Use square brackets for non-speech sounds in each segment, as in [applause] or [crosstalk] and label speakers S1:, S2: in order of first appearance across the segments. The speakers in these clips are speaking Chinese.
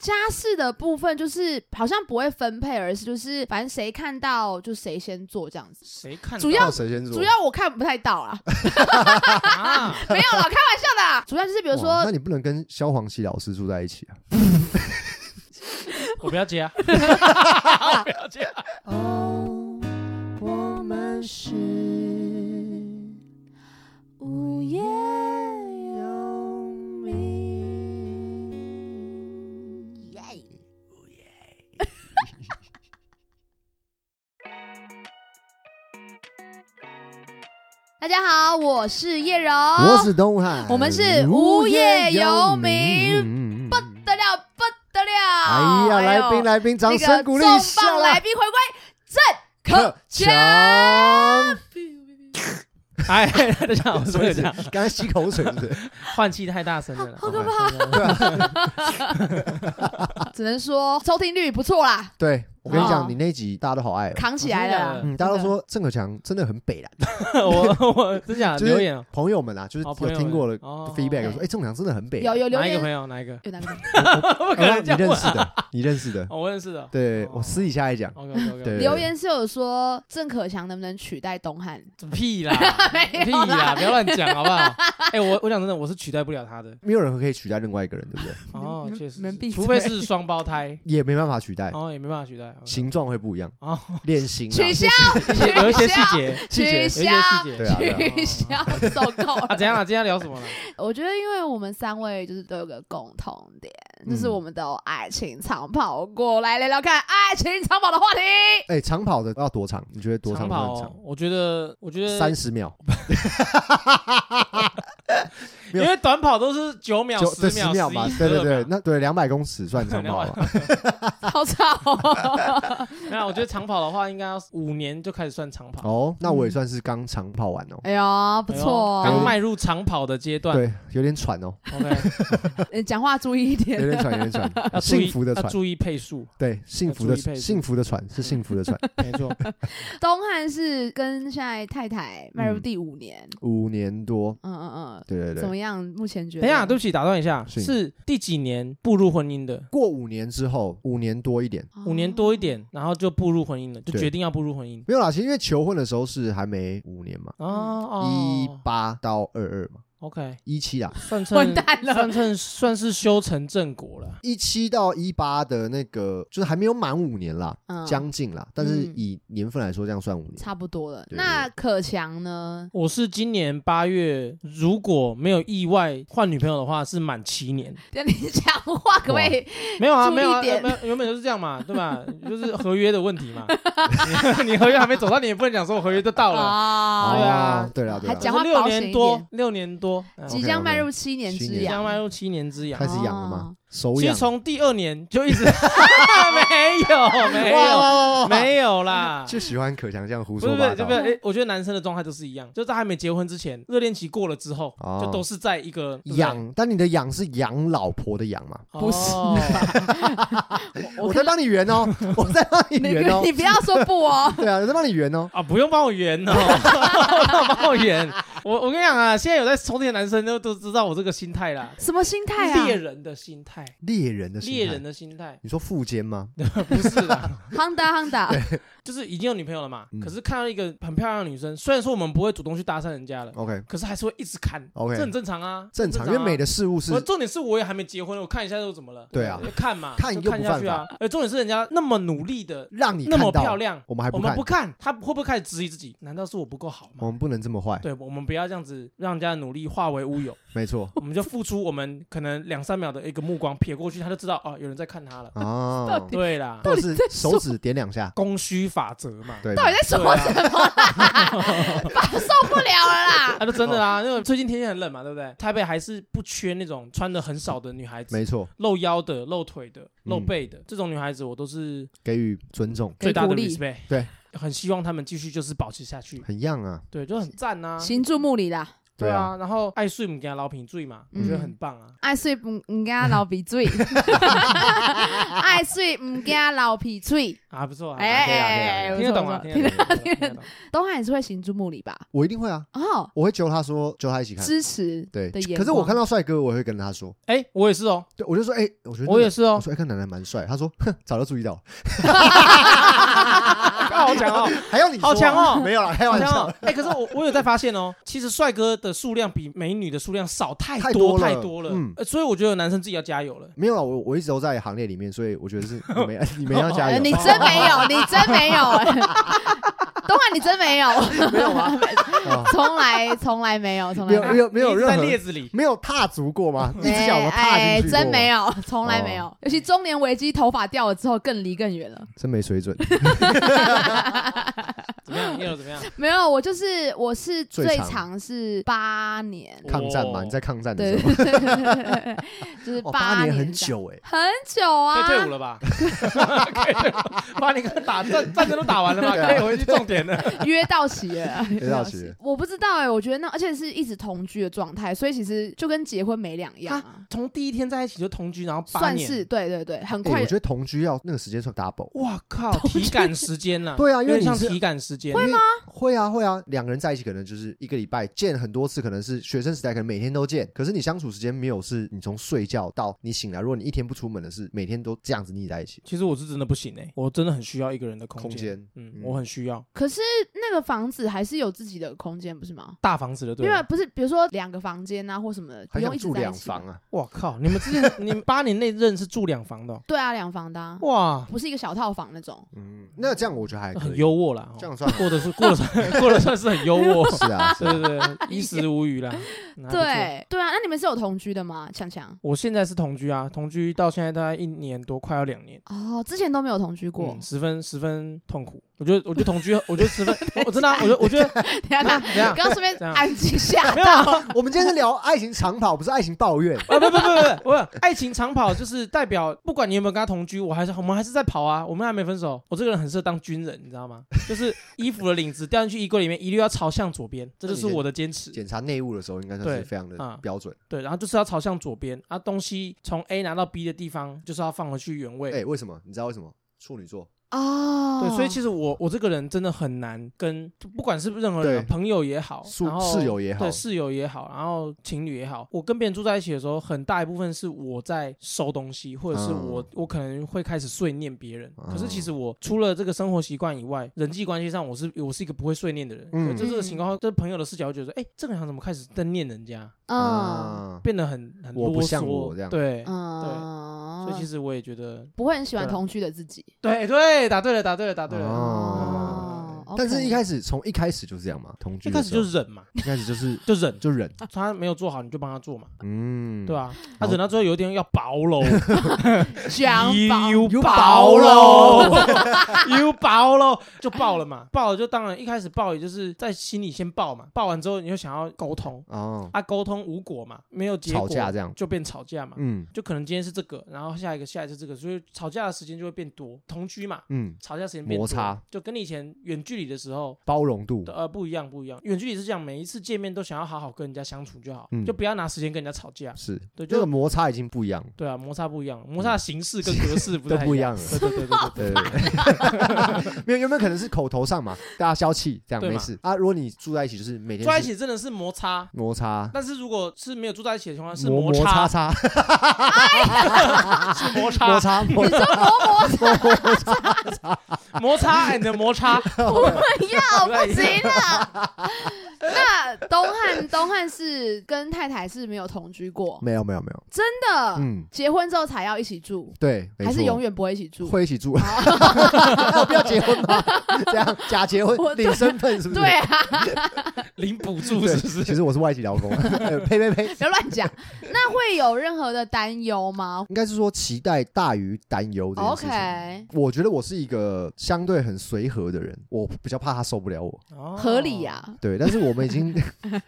S1: 家事的部分就是好像不会分配，而是就是反正谁看到就谁先做这样子。
S2: 谁看
S1: 主
S2: 到
S1: 要
S3: 靠谁先做？
S1: 主要我看不太到啦， [laughs]
S2: 啊？
S1: 没有啦，开玩笑的啊啦。主要就是比如
S3: 哇
S1: 说
S3: 那你不能跟萧煌奇老师住在一起啊！
S2: 我不要接啊！我不要接啊！
S1: 哦，我们是无业游民。耶！大家好，我是叶柔，
S3: 我是东汉，
S1: 啊我们是无业游民
S3: 嗯嗯嗯
S1: 不得了，不得
S3: 哎
S1: 了！
S3: 呀，来宾，
S1: 来，
S3: 来宾，掌
S1: 那
S3: 声
S1: 个
S3: 鼓
S1: 重
S3: 励一下
S1: 磅
S3: 啦！
S1: 来宾回归郑克强。
S2: 哎，大家好，
S3: [laughs]
S2: 我是
S3: 什么意
S2: 会
S3: 思
S2: 长，
S3: 刚才吸口水是不是？
S2: 换气太大声了啦，
S1: [laughs] 好好
S2: 可
S3: 对
S2: 怕！
S3: 啊
S1: 只能说收听率不错啦，
S3: 对，我跟你
S1: 哦
S3: 讲，你那集大家都好
S2: 哎
S3: 爱哦，
S1: 扛起来了
S2: 啊
S1: 啦。
S3: 嗯，大家都说郑可强真的很北啦。
S2: 我我真假
S3: 就是
S2: 留言哦，
S3: 朋友们啊，就是
S2: 哦朋
S3: 有
S2: 友
S3: 听过了
S2: 们哦
S3: feedback
S1: 哦
S3: 说，哎，郑可强真的很北，
S1: 有有留
S2: 哪一个朋
S1: 言，
S2: 友？哪一个？
S1: 有哪个朋友？
S2: 不可
S3: 哦
S2: 能
S3: 你
S2: 这样
S3: 认
S2: 问
S3: 识
S2: [laughs]
S3: 的，你认识的，
S2: 哦，我认识的。
S3: 对
S2: 哦
S3: 我私底下来讲，
S2: OK OK
S3: 对
S2: OK，
S1: 留言是有说郑可强能不能取代东汉？
S2: 嗯屁啦，
S1: [laughs] 没
S2: 屁
S1: 有
S2: 啦，
S1: 啦
S2: 不，要乱讲好不好？哎，我我讲真的，我是取代不了他的。
S3: 没有人可以取代另外一个人，对不对？
S2: 哦，确实
S4: 你们闭
S2: 是，除非
S4: 嘴
S2: 是双胞胎，
S3: 也没办法取代，
S2: 哦，也没办法
S3: [laughs]
S2: 取代。
S3: 形状会不一样
S2: 哦，
S3: 脸型啊
S1: 取消，
S2: 一些有一些细节，
S1: 取
S2: 有一些
S1: 消
S2: 细节，
S3: 对啊对啊
S1: 取消，受够
S2: [laughs] 啊，
S1: 了。
S2: 怎样啊？今天要聊什么了？
S1: 我觉得，因为我们三位就是都有个共同点，
S3: 嗯
S1: 就是我们都有爱情长跑过。来聊聊看爱情长跑的
S2: [laughs]
S1: 话题。
S3: 哎，长跑的要多长？你觉得啊多
S2: 长
S3: 长
S2: 跑哦
S3: 算长？，
S2: 我觉得，我觉得
S3: 三，十秒，
S2: 因为短跑都是九秒、
S3: 就对
S2: 秒、
S3: 十秒嘛，
S2: 11
S3: 对对对
S2: 12，秒
S3: 那对两百公尺算长跑啊吧？
S1: 好吵哦！
S2: 没有，我觉得长跑的话，应该要五年就开始算长跑，
S3: 哦，
S1: 嗯
S3: 那我也算是刚长跑完哦，
S1: [laughs] 哎呦，不
S2: 哎呦
S1: 错
S2: 刚
S1: 哦。
S2: 迈入长跑的阶段。
S3: 对，有点喘
S2: [laughs]
S3: 哦， [laughs]
S2: OK，
S1: 你呃讲话注意一
S3: 有
S1: 点。
S3: 点喘，有点
S2: 要
S3: 喘，
S2: 注意
S3: 幸福的
S2: 要
S3: 喘，
S2: 注意配
S3: [laughs]
S2: 速，
S3: 对，幸福的
S2: 注意配速
S3: 幸福的喘是幸
S2: [laughs]
S3: 福的喘，
S2: 没错。
S1: 东汉是跟现在太太迈入
S3: 嗯
S1: 第五年，
S3: 五年多，
S1: 嗯嗯
S3: 对对
S1: 嗯，怎
S3: 对
S1: 么，样？目前觉得？
S2: 等一下，对不起，打断一下，
S3: 是
S2: 是第几年步入婚姻的？
S3: 过五年之后，五年多一点。
S1: 哦
S2: 五年多一。点，然后就步入婚姻了，就
S3: 对
S2: 决定要步入婚姻。
S3: 没有啦，其实因为求婚的时候是还没五年嘛，
S2: 哦哦
S3: 一八到二二嘛，
S1: [laughs]
S2: ，OK，
S3: 一七啊，
S2: 算成
S1: 完蛋了
S2: 算成算是修成正果了。
S3: 一七到一八的那个就是还没有满五年啦，
S1: 嗯
S3: 将近啦，但是
S1: 嗯
S3: 以年份来说，这样算五年。
S1: 差不多了。
S3: 对对
S1: 那可强呢？
S2: 我是今年八月，如果没有意外换女朋友的话，是满七年。
S1: 跟你讲话可不可以？
S2: [laughs] 没有啊，
S1: 注意
S2: 没有啊，
S1: 点
S2: 呃没有原本就是这样嘛，对吧？ [laughs] 就是合约的问题嘛。 [laughs] 你你合约还没走到，你也不能讲说我合约都到了。
S1: 啊
S2: 对啊
S3: 哦对啦，对
S1: 还
S3: 啦，
S1: 讲话
S2: 我是六
S1: 保险
S2: 年
S1: 一
S2: 多
S1: 点，
S2: 六年多，嗯
S1: 即
S3: OK，OK
S1: 将迈入七年之
S3: 七
S2: 即
S3: 年
S1: 痒
S2: 将。迈入七年之痒
S3: 开。始痒了吗
S1: 哦？
S3: 手
S2: 其实
S3: 痒。
S2: 从第二年
S1: [laughs]
S2: 就一直没有没
S3: 哇
S2: 有
S3: 哇哇哇
S2: 没有啦。
S3: 就喜欢可强这样胡
S2: 不是
S3: 说
S2: 不是
S3: 八
S2: 不是
S3: 道
S2: 不。是，诶我觉得男生的状态都是一样，就是在还没结婚之前，热恋期过了之后，
S3: 哦
S2: 就都是在一个对不对
S3: 养，但你的养是养老婆的养嘛？
S1: 不是
S3: [laughs]
S2: 哦
S3: 我在帮你圆
S1: [laughs]
S3: 哦，我在帮你
S1: 你
S3: 圆哦，
S1: 你。不要说不哦
S2: [laughs]
S3: 对啊，我在帮你圆哦。
S2: 啊，不用啊帮我圆哦，不 [laughs] 用帮我圆。我我跟你讲啊，现在有在抽屉的男生都都知道我这个心态啦，
S1: 什么心态
S2: 猎
S1: 啊
S2: 人的心态，
S3: 猎人的心态
S2: 猎人，的心态
S3: 你说腹肩吗？
S2: [laughs] 不是啦，
S1: ？Honda Honda，
S2: 就是已经有女朋友了嘛。
S3: 嗯
S2: 可是看到一个很漂亮的女生，虽然说我们不会主动去搭讪人家了，
S3: OK，
S2: 可是还是会一直看
S3: 哦 OK
S2: 这很正常啊，
S3: 正常，因为美
S2: 的。
S3: 的事物是
S2: 我重点是我也还没结婚，我看一下又怎么了？
S3: 对啊
S2: 就看嘛，
S3: 看
S2: 就
S3: 又不
S2: 看下去啊。而重点是人家那么努力的，
S3: 让你
S2: 那
S3: 看
S2: 么
S3: 到
S2: 漂亮，
S3: 我们还
S2: 我
S3: 不
S2: 们
S3: 看
S2: 不，看，他会不会开始质疑自己？难道是我不够好吗？
S3: 我们不能这么坏，
S2: 对，我们不要这样子，让人家的努力化为乌有。
S3: 没
S2: [laughs]
S3: 错
S2: 我们就付出我们可能两三秒的一个目光瞥过去，他就知道哦，有人在看他了。
S3: 哦
S1: 到，底
S2: 对啦，
S3: 或者是手指点两下，
S2: 供需法则嘛。
S3: 对，
S1: 到底在
S2: 对
S1: 说
S2: 啊
S1: 什么
S2: [laughs]
S1: 啦？爸受不了了啦！
S2: 啊，就真的啊，因为最近天气很冷嘛，对不对？台北还是不缺那种穿的很少的女孩子，
S3: 没错，
S2: 露腰的、露腿的、露背的、这种女孩子，我都是
S3: 给予尊重，
S2: 最大的
S1: 给鼓励
S2: respect。
S3: 对，
S2: 很希望她们继续就是保持下去。
S3: 很样啊，
S2: 对，就很赞啊。
S1: 行注目礼啦，
S2: 对
S3: 对啊，
S2: 啊，然后爱睡我们给他老品醉嘛，我觉得很棒啊。
S1: 爱睡不唔惊流鼻
S2: [laughs]
S1: 水，爱睡唔惊流鼻水。
S2: [laughs] 啊，不错啊，
S1: 哎
S2: 啊
S1: 哎哎，
S2: 听得懂啊，
S1: 不错
S2: 听
S1: 不
S2: 得
S1: 错
S2: 懂啊，听得懂。
S1: 东汉也是会行注目礼吧？
S3: 我一定会啊，
S1: 哦，
S3: 我会揪他说，揪他一起看。
S1: 支持
S3: 对
S1: 的眼，
S3: 可是我
S1: 光
S3: 看到帅哥，我也会跟他说，
S2: 哎，我也是哦，
S3: 对我就说，哎，我觉得那个
S2: 我也是
S3: 我
S2: 哦，
S3: 说，哎，看奶奶蛮帅。他说，哼，早就注意到了，
S2: 啊，好
S3: [laughs]
S2: 强哦，
S3: 还要你说啊
S2: 好强哦
S3: 没有啦，开
S2: 好
S3: 玩
S2: 强
S3: 笑
S2: 哦。。哎，可是我我有在发现哦，其实帅哥的数量比美女的数量少太
S3: 太
S2: 多
S3: 多了
S2: 太多了
S3: 嗯，
S2: 呃所以我觉得男生自己要加油了。
S3: 没有啦，我我一直都在行列里面，所以我觉
S2: [laughs]
S3: 得是你们你们要加
S1: 呃
S3: 油。啊
S1: 你真没有，你真没有、 [laughs] 哎东汉你真没有，
S3: [laughs] 没
S1: [laughs]
S3: 有吗？啊
S1: 从来从来没有，从
S3: 没
S1: 来
S3: 有没有
S2: 你一
S3: 没有
S2: 直
S3: 任
S2: 在
S3: 何
S2: 列子里，
S3: 没有踏足
S1: [laughs]
S3: 过吗？一只
S1: 哎
S3: 脚有没有踏进去过？哦
S1: 真没
S3: 有，
S1: 有，从来没有。尤其中年危机，头发掉了之后更离更远了。
S3: 真
S2: [laughs]
S3: 没水准。
S2: 怎么样？你有怎么样？
S1: 没有，我就是我是
S3: 最
S1: 最
S3: 长
S1: 长是八年，
S3: [laughs] 抗战嘛，
S2: 哦
S3: 你在抗战的
S1: 对
S3: 时候，，
S1: [laughs] 就是
S3: 哦，
S1: 八
S3: 八
S1: 年
S3: 很
S1: 这样，
S3: 久哎。
S1: 很久啊
S2: 可以，退伍了吧？ [laughs] 可以退伍了 [laughs] 把你跟打战战争都打完了吧？
S3: 对啊
S2: 可以回去重点了。
S1: [laughs]
S2: [laughs]
S1: 约到期了，
S3: 约到期了。
S1: [laughs] 我不知道哎、我觉得那而且是一直同居的状态，所以其实就跟结婚没两样、啊，
S2: 从第一天在一起就同居，然后八
S1: 算
S2: 年，
S1: 是对对对，很
S3: 哎
S1: 快
S3: 我觉得同居要那个时间算 double。
S2: 哇靠，
S1: 同居
S2: 体感时间啦。
S3: 对啊，
S2: 有
S3: 因为
S2: 点
S3: 你
S2: 像
S3: 是
S2: 体感时间。
S3: 会吗？会啊，会啊，两个人在一起可能就是一个礼拜见很多次，可能是学生时代，可能每天都见。可是你相处时间没有是你从睡觉到你醒来，如果你一天不出门的是每天都这样子腻在一起，
S2: 其实我是真的不行哎、我真的很需要一个人的空
S3: 空间
S2: 嗯
S3: 嗯，
S2: 我很需要
S1: 可是那个房子还是有自己的空间，不是吗？
S2: 大房子的，
S1: 因
S2: 对
S1: 为
S2: 吧？
S1: 不是，比如说两个房间啊，或什么的，不
S3: 很
S1: 用
S3: 想
S1: 一直
S3: 住
S1: 在一
S3: 两
S1: 起
S3: 房
S1: 嘛。
S3: 啊。
S2: 哇靠，你们之前你们八年内认识住两房的哦、
S1: 对啊，两房的、啊，
S2: 哇，
S1: 不是一个小套房那种。
S3: 嗯，那这样我觉得还可
S2: 很 [laughs]
S3: 以，
S2: 优渥啦，哦
S3: 这样算
S2: 过得是过得
S3: [laughs]
S2: 算过得算是很优渥，
S3: 是啊，是
S2: 对
S3: 啊。
S2: 对对，衣食无虞啦。那还不错，
S1: 对对啊，那你们是有同居的吗？强强
S2: 我现在是同居啊，同居到现在大概一年多，快要两年。
S1: 哦，之前都没有同居过
S2: 嗯。十分十分痛苦，我觉得，我觉得同居，我觉得十分，我真的啊、我觉得，我觉得
S1: [laughs] 等一下，等一
S2: 怎
S1: 下
S2: 样
S1: 刚刚顺便
S2: 怎样
S1: 安静
S2: [laughs]
S1: 下。
S2: 没有啊，
S3: 我们今天是聊爱情长跑，不是爱情抱怨。 [laughs]
S2: 啊不不不不不，不爱情长跑就是代表，不管你有没有跟他同居，我还是我们还是在跑啊，我们还没分手。我这个人很适合当军人，你知道吗？就是衣服的领子掉进去衣柜里面，一律要朝向左边，这就是我的坚持。
S3: 检查内务的时候，应该算
S2: 对
S3: 是非常的
S2: 啊
S3: 标准。
S2: 对，然后就是要朝向左边，啊，东西从 A 拿到 B 的地方，就是要放回去原位。
S3: 哎，为什么？你知道为什么？处女座，
S1: 哦，
S2: 对，所以其实我我这个人真的很难跟，就不管是任何人啊，
S3: 对
S2: 朋友也好，
S3: 宿
S2: 然后
S3: 室友也好
S2: 对，室友也好，然后情侣也好，我跟别人住在一起的时候，很大一部分是我在收东西，或者是
S3: 嗯
S2: 我、我可能会开始碎念别人。
S3: 嗯
S2: 可是其实我除了这个生活习惯以外，人际关系上我是我是一个不会碎念的人。
S3: 嗯
S2: 嗯，就这个情况，这朋友的视角会觉得说，哎、这个人怎么开始在念人家，
S1: 嗯
S3: 啊，
S2: 变得很很
S3: 我不
S2: 啰嗦
S3: 像我这样
S2: 对。
S1: 哦嗯，
S2: 所以其实我也觉得，
S1: 不会很喜欢
S2: 对啊
S1: 同居的自己。
S2: 对对，答对了，答对了，答对了。
S3: 哦但是一
S1: 始
S3: 开始从一开始就是这样嘛，同居
S2: 一
S3: 的
S2: 开始
S3: 时候
S2: 就忍嘛，
S3: 一开始就是，
S2: 就忍
S3: 就忍，
S2: 他没有做好你就帮他做嘛，
S3: 嗯，
S2: 对啊，他
S3: 好
S2: 忍到最后有一天要薄喽，
S1: 讲房
S2: 又
S3: 又
S2: 薄
S3: 爆
S2: 喽，
S3: [laughs]
S2: 又薄喽，就爆了嘛，爆了就当然一开始爆也就是在心里先爆嘛，爆完之后你就想要沟通
S3: 哦，
S2: 啊，沟通无果嘛，没有结
S3: 吵
S2: 果
S3: 架这样，
S2: 就变吵架嘛。
S3: 嗯
S2: 就可能今天是这个，然后下一个下一次这个，所以吵架的时间就会变多。同居嘛，
S3: 嗯，
S2: 吵架时间变多
S3: 摩擦，
S2: 就跟你以前远距离的时候
S3: 包容度，
S2: 呃，不一样，不一样。远距离是这样，每一次见面都想要好好跟人家相处就好，
S3: 嗯
S2: 就不要拿时间跟人家吵架。
S3: 是
S2: 对，
S3: 这
S2: 就
S3: 个摩擦已经不一样了，
S2: 对啊，摩擦不一样，摩擦的形式跟格
S3: [laughs]
S2: 式不
S3: 嗯都
S2: 太
S3: 不
S2: 一
S3: 一样了
S2: 对对对对对
S3: 对对对，没有有没有可能是口头上嘛，大家消气这样
S2: 对嘛
S3: 没事啊？如果你住在一起，就是每
S2: [laughs]
S3: 天
S2: 住在一
S3: 是
S2: 起真的是摩擦，
S3: 摩擦。
S2: 但是如果是没有住在一起的情况下，是
S3: 摩
S2: 擦
S3: 擦，擦，
S2: 是摩
S3: 摩
S2: 擦，
S3: 擦，摩
S1: 你说磨磨
S2: 摩擦，哎，你的摩擦， [laughs]
S1: 不要，不行了。 [laughs] 那东汉，东汉是跟太太是没有同居过，
S3: [laughs] 没有没有没有，
S1: 真的。
S3: 嗯，
S1: 结婚之后才要一起住，
S3: 对，没
S1: 啊还是
S3: 错
S1: 永远不会一起住？
S3: 会一起住， [laughs] 要不要结婚吗？ [laughs] 这样假结婚
S1: 我
S3: 领身份是不
S1: [laughs]
S3: 是？
S1: 对啊，
S2: 零补助
S3: 对
S2: 是不
S3: 其
S2: 是？
S3: 实我是外籍劳工， [laughs] 呃呸呸呸，
S1: 不要乱讲。那会有任何的担忧吗
S3: 应该是说期待大于担忧这件事情。
S1: 哦？OK，
S3: 我觉得我是一个相对很随和的人，我比较怕他受不了我。
S2: 哦
S1: 合理。啊呀。 [laughs]
S3: 对，但是我们已经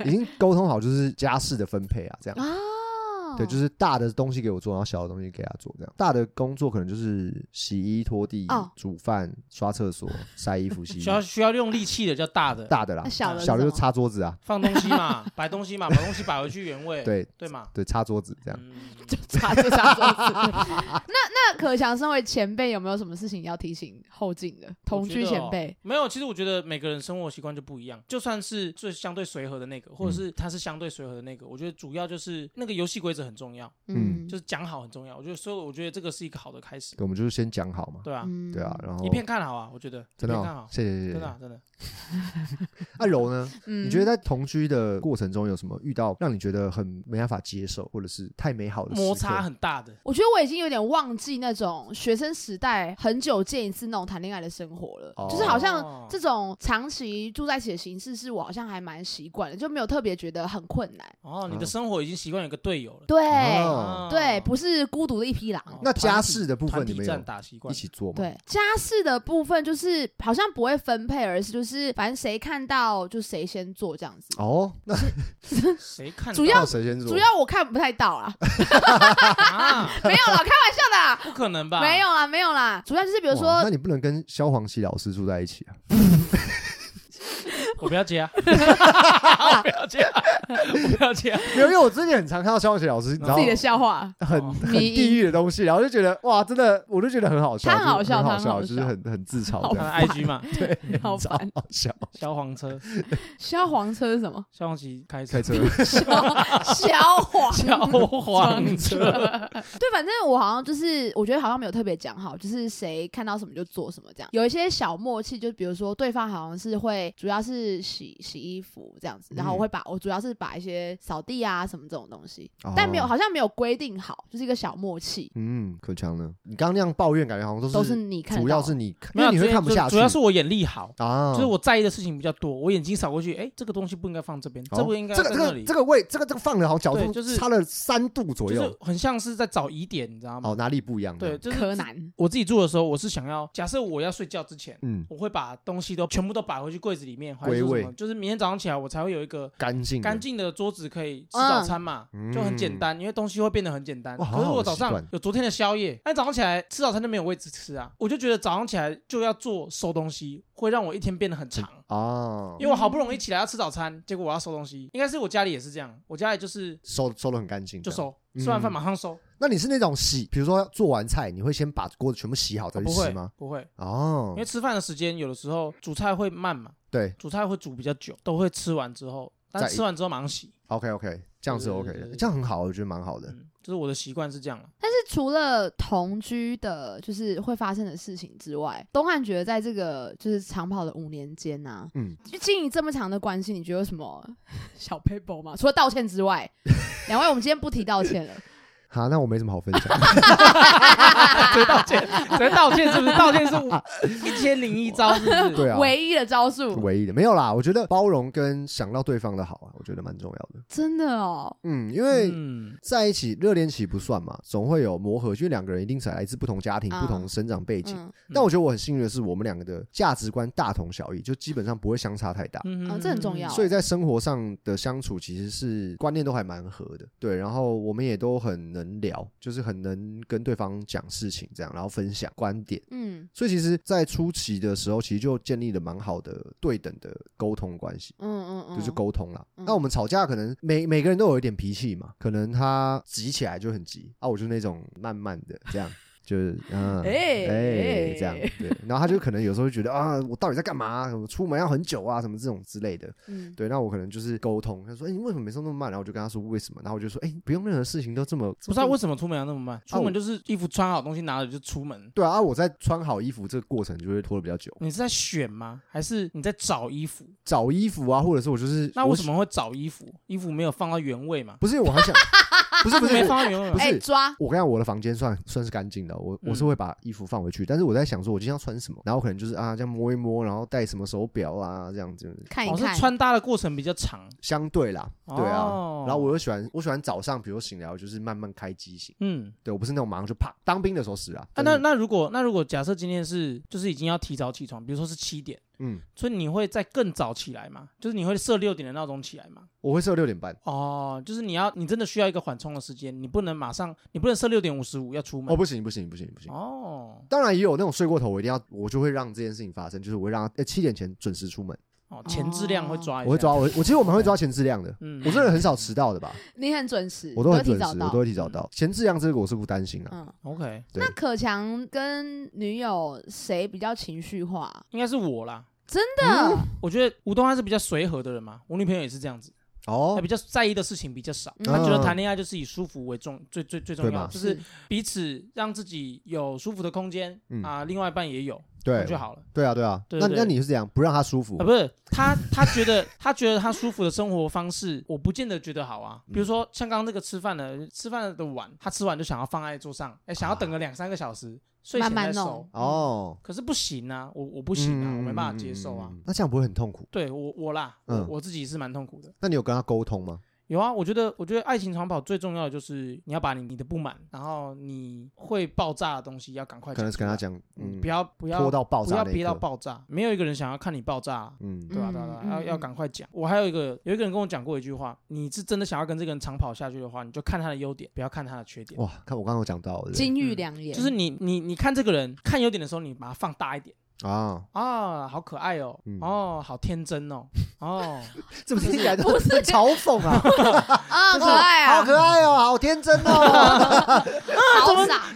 S3: 已经沟通好，就是家事的分配啊，这样。
S1: 啊，哦，
S3: 对，就是大的东西给我做，然后小的东西给他做，这样。大的工作可能就是洗衣、拖地
S1: 哦、
S3: 煮饭、刷
S1: [laughs]
S3: 厕所、晒衣服、洗衣
S2: 需。要需要用力气的叫大的，
S3: 大的啦
S1: 那，小的是
S3: 小的就
S1: 什么
S3: 擦桌子啊，
S2: 放东西嘛， [laughs] 摆东西嘛，把东西摆回去原位，
S3: 对
S2: 对嘛，
S3: 对，擦桌子这样。
S2: 嗯，
S1: 就查就查桌
S3: [laughs]
S1: 子。那那可强身为前辈，有没有什么事情要提醒后进的同居前辈？
S2: 没有，其实我觉得每个人生活习惯就不一样，就算是最相对随和的那个，或者是他是相对随和的那个，我觉得主要就是那个游戏规则很重要，
S3: 嗯
S2: 就是讲好很重要。我觉得，所以我觉得这个是一个好的开始
S3: 对，，我们就是先讲好嘛，
S2: 对啊，
S1: 嗯
S3: 对啊，然后
S2: 一片看好啊，我觉得
S3: 真的
S2: 一片看
S3: 哦
S2: 好，，
S3: 谢谢谢谢
S2: 真
S3: 谢
S2: 的
S3: 谢。
S2: 啊真的。
S3: 那柔呢？
S1: 嗯
S3: 你觉得在同居的过程中有什么遇到让你觉得很没办法接受，或者是太美好的时刻
S2: 摩擦？很大的，
S1: 我觉得我已经有点忘记那种学生时代很久见一次那种谈恋爱的生活了，
S3: 哦
S1: 就是好像。
S2: 哦
S1: 这种长期住在一起的形式，是我好像还蛮习惯的，就没有特别觉得很困难。
S2: 哦，你的生活已经习惯有个队友了，
S1: 对、
S3: 嗯哦
S1: 对，不是孤独的一匹狼。
S2: 哦
S3: 那家
S2: 团体
S3: 事的部分
S2: 团
S3: 你
S2: 体
S3: 们
S2: 战
S3: 有
S2: 打习
S3: 一
S2: 惯，
S3: 起做吗？
S1: 对家事的部分，就是好像不会分配，而是就是反正谁看到就谁先做这样子。
S3: 哦，那
S2: 谁看
S1: 主
S2: 到
S1: 要
S3: 谁先做？
S1: 主要我看不太到啦，
S2: 啊？
S1: 没有啦，
S3: [laughs]
S1: 开玩笑的啦。
S2: 不可能
S1: [laughs]
S2: 吧？
S1: 没有啦，没有啦，主要就是比
S3: 比
S1: 如说
S3: 那，你不能跟萧煌奇老师住在一
S1: [laughs]
S3: 起啊？
S2: 我不要接啊！我不要接啊！我不要接啊！
S3: 没有，因为我最近很常看到萧煌奇老师，你知道
S1: 自己的哦笑话，
S3: [laughs] 很 [laughs] 很
S1: 迷因
S3: 地狱的东西，然后就觉得哇，真的，我就觉得很好笑，
S1: 他很
S3: 就是
S1: 好
S3: 很
S1: 笑他
S3: 好
S1: 很好
S3: 笑，就是
S1: 笑
S3: 很很自
S1: 好
S3: 嘲
S2: 他的
S3: 的，
S2: IG 嘛，
S1: 好
S3: 超
S1: 烦。
S3: 好笑，
S2: 消黄车，
S1: 消黄车是什
S3: [laughs]
S1: 么？
S2: 消黄旗开车
S1: [laughs]
S3: 开，车
S1: 消消黄。
S3: [laughs]
S2: 消黄车，
S1: [laughs] 对，反正我好像就是，我觉得好像没有特别讲好，就是谁看到什么就做什么这样。有一些小默契，就比如说对方好像是会，主要是洗洗衣服这样子，然后我会把、我主要是把一些扫地啊什么这种东西，但没有
S3: 哦
S1: 好像没有规定好，就是一个小默契，
S3: 嗯，可强呢？你刚刚那样抱怨，感觉好像
S1: 都
S3: 都
S1: 是
S3: 是
S1: 你看得
S3: 主
S1: 到啊
S3: 要
S1: 的
S3: 是你看，
S2: 没
S3: 因
S2: 有啊
S3: 为你会
S2: 主
S3: 看不下去，
S2: 主要是我眼力好。
S3: 啊，
S2: 就是我在意的事情比较多，我眼睛扫过去，哎，这个东西不应该放这边，
S3: 哦
S2: 这不应该
S3: 这个
S2: 在
S3: 这
S2: 那
S3: 个
S2: 里
S3: 这，个位这个这个放的好角
S2: 对
S3: 度
S2: 就是
S3: 差了三度左
S2: 就是
S3: 右，
S2: 很像是在找疑点，你知道吗？
S3: 哦，哪里不一样？
S2: 对，，就
S1: 柯
S2: 是
S1: 南。
S2: 我自己住的时候，我是想要，假设我要睡觉之前，
S3: 嗯，
S2: 我会把东西都全部都摆回去柜子里面，还是
S3: 归
S2: 说
S3: 位
S2: 什么？就是明天早上起来，我才会有一个
S3: 干净的
S2: 干净的桌子可以吃早餐嘛，
S3: 嗯
S2: 就很简单，因为东西会变得很简单。
S3: 哇好好
S2: 可是我早
S3: 的习
S2: 上
S3: 惯
S2: 有昨天的宵夜，那早上起来吃早餐就没有位置吃啊，我就觉得早上起来就要做收东西，会让我一天变得很长。
S3: 哦，
S2: 因为我好不容易起来要吃早餐，结果我要收东西，应该是我家里也是这样，我家里就是
S3: 收收的很干净，
S2: 就
S3: 这样。
S2: 收，吃完饭
S3: 嗯
S2: 马上收，
S3: 那你是那种洗，比如说做完菜，你会先把锅子全部洗好再去
S2: 啊不
S3: 洗
S2: 会
S3: 吗？
S2: 不会，
S3: 哦
S2: 因为，吃饭的时间有的时候煮菜会慢嘛，
S3: 对
S2: 煮菜会煮比较久，都会吃完之后，但
S3: 再
S2: 吃完之后马上洗，
S3: ，OK OK，这样是
S2: 对对
S3: OK
S2: 对
S3: 的，
S2: 对
S3: 这样很好，我觉得蛮好的。
S2: 嗯，就是我的习惯是这样了。 [laughs]
S1: 但是除了同居的，就是会发生的事情之外，东汉觉得在这个就是长跑的五年间啊，
S3: 嗯
S1: 就经营这么长的关系，你觉得有什么小 paper 吗？除了道歉之
S3: [laughs]
S1: 外，两位我们今天不提道歉了，
S3: 好，那我没什么好分
S2: [laughs]
S3: 享。
S2: 直接道歉，直接道歉是不是？道歉
S3: [laughs]
S2: 是一千零一招，是不是？
S3: 对啊，啊
S1: 唯一的招数，
S3: 唯一的没有啦。我觉得包容跟想到对方的好啊，我觉得蛮重要的。
S1: 真的哦，
S3: 嗯，因为
S2: 嗯，
S3: 在一起热恋期不算嘛，总会有磨合，因为两个人一定是来自不同家庭、
S1: 啊
S3: 不同生长背景。
S1: 嗯，
S3: 但我觉得我很幸运的是，我们两个的价值观大同小异，就基本上不会相差太大。
S2: 嗯
S1: 啊这很重要
S3: 所以在生活上的相处其实是观念都还蛮合的，对，然后我们也都很能聊，就是很能跟对方讲事情这样，然后分享观点。
S1: 嗯
S3: 所以其实，在初期的时候，其实就建立了蛮好的对等的沟通关系。
S1: 嗯嗯，
S3: 就是沟通啦。
S1: 嗯
S3: 那我们吵架可能每每个人都有一点脾气嘛，可能他急起来就很急啊，我就那种慢慢的这样。就是 [laughs] 嗯，哎、
S1: 哎
S3: 这样对，然后他就可能有时候会觉得啊，我到底在干嘛、我出门要很久啊，什么这种之类的。
S1: 嗯，
S3: 对，那我可能就是沟通，他说，哎、你为什么每次都那么慢？然后我就跟他说为什么，然后我就说，哎、不用任何事情都这么，
S2: 不知道为什么出门要那么慢，
S3: 啊我
S2: 出门就是衣服穿好，东西拿了就出门。
S3: 对啊，啊我在穿好衣服这个过程就会拖得比较久，
S2: 你是在选吗？还是你在找衣服？
S3: 找衣服啊，或者是我就是
S2: 那为什
S3: 么
S2: 么会找衣服？衣服没有放到原位嘛？
S3: 不是因为我还想， [laughs] 不是不是
S2: 没放到原位
S3: 不
S2: 嘛
S3: 是？
S1: 哎抓，
S3: 我跟你讲，我的房间算算是干净的，我
S2: 嗯
S3: 我是会把衣服放回去，但是我在想说，我今天要穿什么，然后可能就是啊，这样摸一摸，然后戴什么手表啊，这样子，
S1: 哎看一
S2: 哦，是
S1: 看，
S2: 穿搭的过程比较长。
S3: 相对啦，对啊。
S2: 哦
S3: 然后我又喜欢，我喜欢早上，比如醒来，我就是慢慢开机型，
S2: 嗯，
S3: 对我不是那种马上就啪。当兵的时候是啊，
S2: 啊
S3: 但
S2: 那
S3: 是
S2: 那如果那如果假设今天是就是已经要提早起床，比如说是七点，
S3: 嗯，
S2: 所以你会在更早起来吗？就是你会设六点的闹钟起来吗？
S3: 我会设六点半，
S2: 哦，就是你要你真的需要一个缓冲的时间，你不能马上，你不能设六点五十五要出门
S3: 哦，。不行不行不行不行。
S2: 哦
S3: 当然也有那种睡过头，我一定要，我就会让这件事情发生，就是我会让他七点前准时出门，
S2: 哦，前质量会抓一下，
S3: 我会抓我我其实我蛮会抓前质量的，
S2: 嗯，
S3: 我这个人很少迟到的吧，
S1: 你很准时，
S3: 我都很
S1: 嗯提
S3: 准
S1: 早
S3: 时，我
S1: 到
S3: 都。会提早到。前质量这个我是不担心啊，
S1: 嗯，
S2: OK，
S3: 对
S1: 那可强跟女友谁比较情绪化？
S2: 应该是我啦。
S3: 嗯
S1: 真的，
S2: 我觉得吴东他是比较随和的人嘛，我女朋友也是这样子，她
S3: 哦
S2: 比，较在意的事情比较少，
S1: 嗯
S2: 她觉得谈恋爱就是以舒服为重，最最最重
S3: 对
S2: 要，
S3: 嘛
S2: 就是彼此让自己有舒服的空间
S3: 嗯
S2: 啊，另外一半也有
S3: 对
S2: 就好了。
S3: 对啊对啊，
S2: 对
S3: 那
S2: 对
S3: 那你是怎样不让他舒服
S2: 啊，？不是他，他觉得 [laughs] 他觉得他舒服的生活方式，我不见得觉得好啊。
S3: 嗯
S2: 比如说像刚刚那个吃饭的，吃饭的碗，他吃完就想要放在桌上，哎，想要等个两三个小时，睡前
S1: 慢慢
S2: 再收
S1: 弄。
S3: 哦，嗯
S2: 可是不行啊，我我不
S3: 不
S2: 行啊，我没办法接受啊。
S3: 那这样不会很痛苦？
S2: 对我我啦，我
S3: 嗯
S2: 我自己是蛮痛苦的。
S3: 那你有跟他沟通吗？
S2: 有啊，我觉得我觉得爱情长跑最重要的就是你要把你你的不满，然后你会爆炸的东西要赶快
S3: 可能是跟
S2: 出
S3: 他
S2: 来，
S3: 讲，嗯，
S2: 不要不要
S3: 拖到爆
S2: 不
S3: 炸
S2: 要
S3: 那一
S2: 憋到
S3: 刻，
S2: 爆炸，没有一个人想要看你爆炸啊。
S3: 嗯，
S2: 对吧、
S1: 嗯
S2: 对吧、
S1: 嗯
S2: 要要
S1: 嗯
S2: 赶快讲。我还有一个，有一个人跟我讲过一句话：，你是真的想要跟这个人长跑下去的话，你就看他的优点，不要看他的缺点。
S3: 哇，看我刚刚有讲到对不对
S1: 金玉良言，
S2: 就是你你你看这个人看优点的时候，你把它放大一点
S3: 啊，
S2: 啊，好可爱哦，
S3: 嗯
S2: 哦，好天真哦，
S3: [laughs]
S2: 哦，
S3: 怎么听起来都
S1: 不是
S3: 很嘲讽
S2: [laughs]
S3: 啊？
S1: 啊，可爱啊，
S3: 好可爱哦，好天真 [laughs] 哦。
S1: 好傻，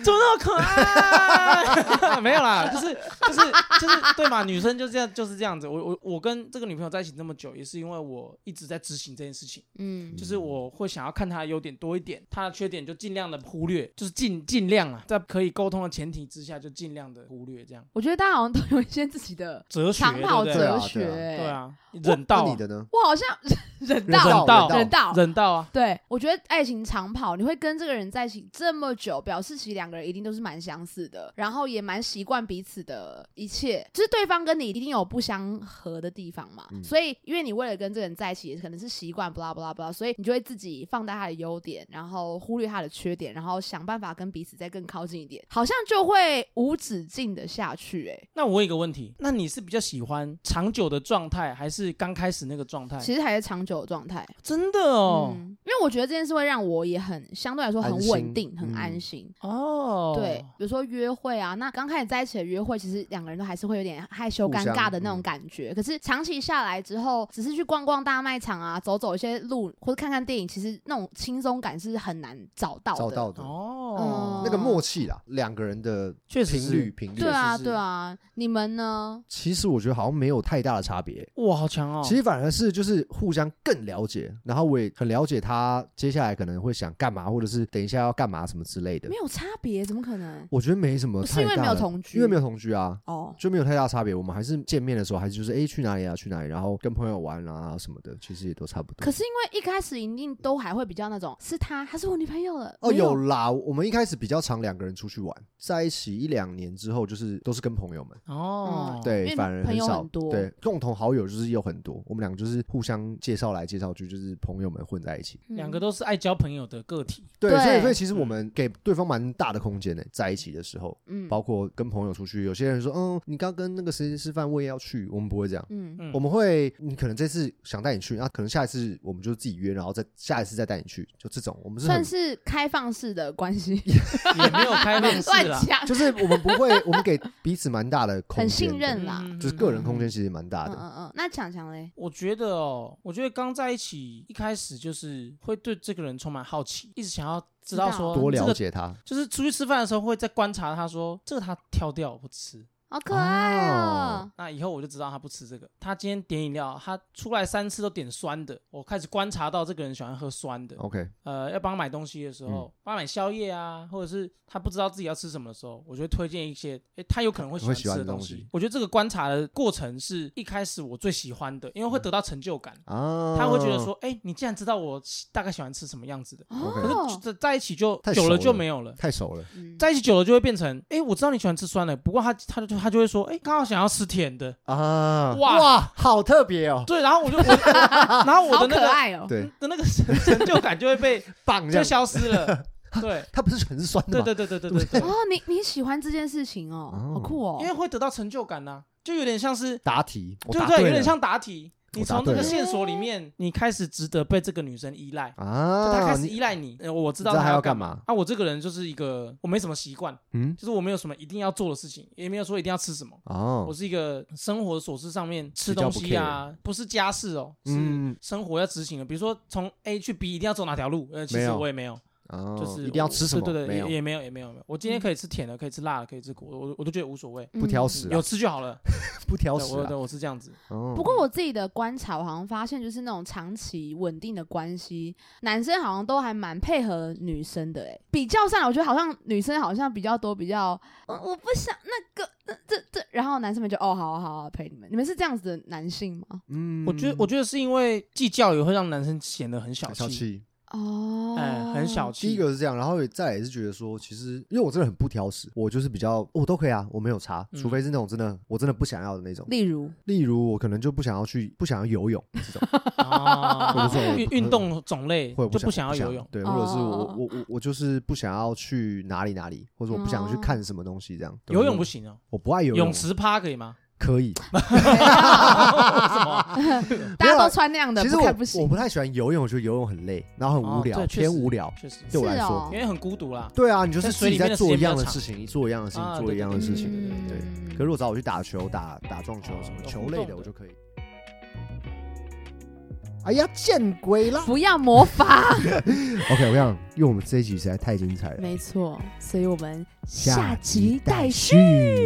S2: 怎么那么可爱？ [laughs] 没有啦，就是就是就是对嘛，女生就这样就是这样子。我我我跟这个女朋友在一起那么久，也是因为我一直在执行这件事情。
S1: 嗯
S2: 就是我会想要看他的优点多一点，他的缺点就尽量的忽略，就是尽尽量啊，在可以沟通的前提之下，就尽量的忽略这样。
S1: 我觉得大家好像都有一些自己的
S2: 哲学
S1: 长跑
S2: 对不对？
S1: 哲
S3: 啊
S1: 学，
S2: 对，啊，忍道
S3: 那
S2: 啊
S3: 你，的呢？
S1: 我好像 [laughs] 忍
S3: 忍
S1: 到
S2: 道
S1: 忍到
S2: 忍道啊，
S1: 对，我觉得爱情长跑，你会跟这个人在一起这么久，表示其实两个人一定都是蛮相似的，然后也蛮习惯彼此的一切，就是对方跟你一定有不相合的地方嘛。
S3: 嗯
S1: 所以，因为你为了跟这个人在一起，可能是习惯，不啦不啦不啦，所以你就会自己放大他的优点，然后忽略他的缺点，然后想办法跟彼此再更靠近一点，好像就会无止境的下去、欸。
S2: 那我有一个问题，那你是比较喜欢长久的状态，还是刚开始那个状态？
S1: 其实还是长久的状态。
S2: 真的哦，
S1: 嗯，因为我觉得这件事会让我也很相对来说很
S3: 安心
S1: 稳定，很
S3: 嗯
S1: 安心。
S2: 哦，
S1: 对，比如说约会啊，那刚开始在一起的约会，其实两个人都还是会有点害羞、
S3: 互
S1: 尴
S3: 相
S1: 尬的那种
S3: 嗯
S1: 感觉。可是长期下来之后，只是去逛逛大卖场啊，走走一些路，或者看看电影，其实那种轻松感是很难找到的。
S3: 找到的
S2: 哦，
S1: 嗯
S3: 那个默契啦，两个人的
S2: 确实
S3: 频
S2: 是
S3: 率频率
S1: 对，啊，
S2: 是
S1: 对啊，你们呢？
S3: 其实我觉得好像没有太大的差别。
S2: 哇，好强哦，
S3: 其实反而是就是互相更了解，然后我也很了解他接下来可能会想干嘛，或者是等一下要干嘛什么之类的
S1: 没。有差别，怎么可能？
S3: 我觉得没什么
S1: 不是
S3: 太
S1: 因为没
S3: 大
S1: 有
S3: 的，
S1: 同居，
S3: 因为没有同居啊，
S1: 哦。
S3: 就没有太大差别。我们还是见面的时候还是就是哎去哪里啊去哪里，然后跟朋友玩啊什么的，其实也都差不多。
S1: 可是因为一开始一定都还会比较那种，是他，他是我女朋友了。
S3: 哦，
S1: 没
S3: 有啦，我们一开始比较常两个人出去玩，在一起一两年之后，就是都是跟朋友们，
S2: 哦，
S1: 因为
S3: 对，反而
S1: 朋友
S3: 少
S1: 很多
S3: 对，共同好友就是有很多，我们两个就是互相介绍来介绍去，就是朋友们混在一起，
S2: 两个
S1: 都
S2: 都是爱交朋友的个体，
S3: 对，所
S1: 对
S3: 以所以其实
S2: 嗯
S3: 我们给对方蛮大的空间呢，在一起的时候，
S1: 嗯
S3: 包括跟朋友出去，有些人说，嗯，你刚跟那个谁谁吃饭，我也要去，我们不会这样。
S1: 嗯
S2: 嗯
S3: 我们会，你可能这次想带你去，那可能下一次我们就自己约，然后再下一次再带你去，就这种，我们是
S1: 算
S3: 很
S1: 是开放式的关系，
S2: 也没有开放式啦
S1: [laughs] 乱，讲，
S3: 就是我们不会，我们给彼此蛮大
S1: [laughs]
S3: 的空间，
S1: 很信任啦。
S2: 嗯
S3: 就是个人空间其实蛮大
S1: 嗯
S3: 的。
S1: 嗯嗯，那强强嘞，
S2: 我觉得哦，我觉得刚在一起一开始就是会对这个人充满好奇，一直想要知道说
S3: 多了
S2: 哦这个
S3: 解他，
S2: 就是出去吃饭的时候会在观察他说这个他挑掉我不吃，
S1: 好可爱哦！
S2: 那以后我就知道他不吃这个。他今天点饮料，他出来三次都点酸的，我开始观察到这个人喜欢喝酸的。
S3: OK，
S2: 呃，要帮他买东西的时
S3: 嗯
S2: 候，帮他买宵夜啊，或者是他不知道自己要吃什么的时候，我就会推荐一些，诶，他有可能会喜欢
S3: 会喜
S2: 吃
S3: 欢
S2: 的
S3: 的
S2: 东
S3: 东
S2: 西
S3: 西。
S2: 我觉得这个观察的过程是一开始我最喜欢的，因
S3: 嗯
S2: 为会得到成就感。
S3: 啊，
S2: 他会觉得说，哎、你竟然知道我喜大概喜欢吃什么样子的，可是
S1: 哦，
S2: 在在一起就
S3: 太熟
S2: 久了就
S3: 了
S2: 没有了。
S3: 太熟了，
S1: 嗯
S2: 在一起久了就会变成，哎、我知道你喜欢吃酸的，不过他他就他就会说，哎、刚好想要吃甜的，
S3: 啊，
S2: 哇
S3: 好特别哦，
S2: 对，然后我就，
S1: [laughs]
S2: 我我然后我
S1: 好
S2: 的那
S1: 可
S2: 个
S1: 爱哦！
S3: 对，
S2: 的那个成成就感就会被
S3: 棒 [laughs] 这
S2: 就
S3: 样，
S2: 消失了，
S3: [laughs]
S2: 对，
S3: 他不是很酸的
S2: 对
S3: 吗？
S1: [laughs]
S2: 对对对对对对，
S1: 哦，你你喜欢这件事情哦，
S3: 哦
S1: 好酷哦
S2: 因！为会得到成就感呐、就有点像是，
S3: 答题，我
S2: 对
S3: 答
S2: 不对？有
S3: 了
S2: 点像答题。你
S3: 我答
S2: 从这
S3: 对
S2: 个
S1: 了
S2: 线索里面，你开始值得被这个女生依赖，就她
S3: 啊，
S2: 开始
S3: 你
S2: 依赖你。呃我知道
S3: 你知道
S2: 她
S3: 她要
S2: 干
S3: 干嘛
S2: 啊，我这个人就是一个我没什么习惯，
S3: 嗯
S2: 就是我没有什么一定要做的事情，也没有说一定要吃什么。我
S3: 哦，
S2: 是一个生活琐事上面吃
S3: 比较
S2: 东
S3: 不
S2: 西啊，不是家事哦，是
S3: 嗯
S2: 生活要执行的。比如说从 A 去 B 一定要走哪条路，呃，其
S3: 没
S2: 实
S3: 有
S2: 我也没有，
S3: 哦，
S2: 就是
S3: 一定要吃什么，
S2: 对对
S3: 没
S2: 对，
S3: 有
S2: 也也没有也没有没有。我今天可以吃甜的，可以吃辣的，可以吃苦的，我我都觉得无所谓，
S3: 不挑
S1: 嗯
S3: 食啊，
S2: 有吃就好
S3: [laughs]
S2: 了。
S3: 不挑
S2: 对
S3: 食
S2: 我
S3: 啊
S2: 对，我是这样子，
S3: 哦
S1: 不过我自己的观察，我好像发现，就是那种长期稳定的关系，男生好像都还蛮配合女生的、欸。哎，比较上来，我觉得好像女生好像比较多，比较、呃我不想那个呃这这，然后男生们就哦，好啊好啊，陪你们。你们是这样子的男性吗？
S3: 嗯
S2: 我觉得我觉得是因为计较也会让男生显得很小
S3: 小
S2: 气，
S3: 气。
S1: 哦，
S2: 哎，很小气。
S3: 第一个是这样，然后再来也是觉得说，其实因为我真的很不挑食，我就是比较哦我都可以啊，我没有差，
S2: 嗯
S3: 除非是那种真的我真的不想要的那种。
S1: 例如，
S3: 例如我可能就不想要去，不想要游泳这种，
S2: 啊
S3: 或者是我
S2: 运运动种类
S3: 或者
S2: 就不想
S3: 想
S2: 要
S3: 不
S2: 游泳，
S3: 对，或者是我
S1: 哦
S3: 我我我就是不想要去哪里哪里，或者我不想去
S1: 哦
S3: 看什么东西这样。对
S2: 游泳不，行哦，
S3: 我我不爱游泳，
S2: 泳池趴可以吗？ [laughs]
S3: 可以，
S2: 什么啊
S1: 大家都穿那样的，
S3: 其实
S1: 不
S3: 我
S1: 看不
S3: 我
S1: 行。
S3: 不太喜欢游泳，我觉得游泳很累，然后很无
S2: 哦
S3: 聊，
S2: 对确
S3: 偏
S2: 实
S3: 无聊。
S2: 确实，
S3: 对我来
S1: 是
S3: 说
S1: 哦
S2: 因为很孤独啦。
S3: 对啊，你就是
S2: 在
S3: 自
S2: 水
S3: 己
S2: 里面
S3: 在
S2: 的
S3: 做
S2: 时间
S3: 一
S2: 比较
S3: 样的
S2: 长
S3: 事情，你做一样的事情，
S2: 啊
S3: 做一样的事情。
S1: 嗯
S3: 对可是如果找我去打球、打打撞球什么球类的，我就可以。哎呀，见鬼啦
S1: 不要模仿， [laughs]
S3: ！OK，我想，因为我们这一集实在太精彩了，
S1: 没错，所以我们
S3: 下
S1: 下集待续。
S3: 续。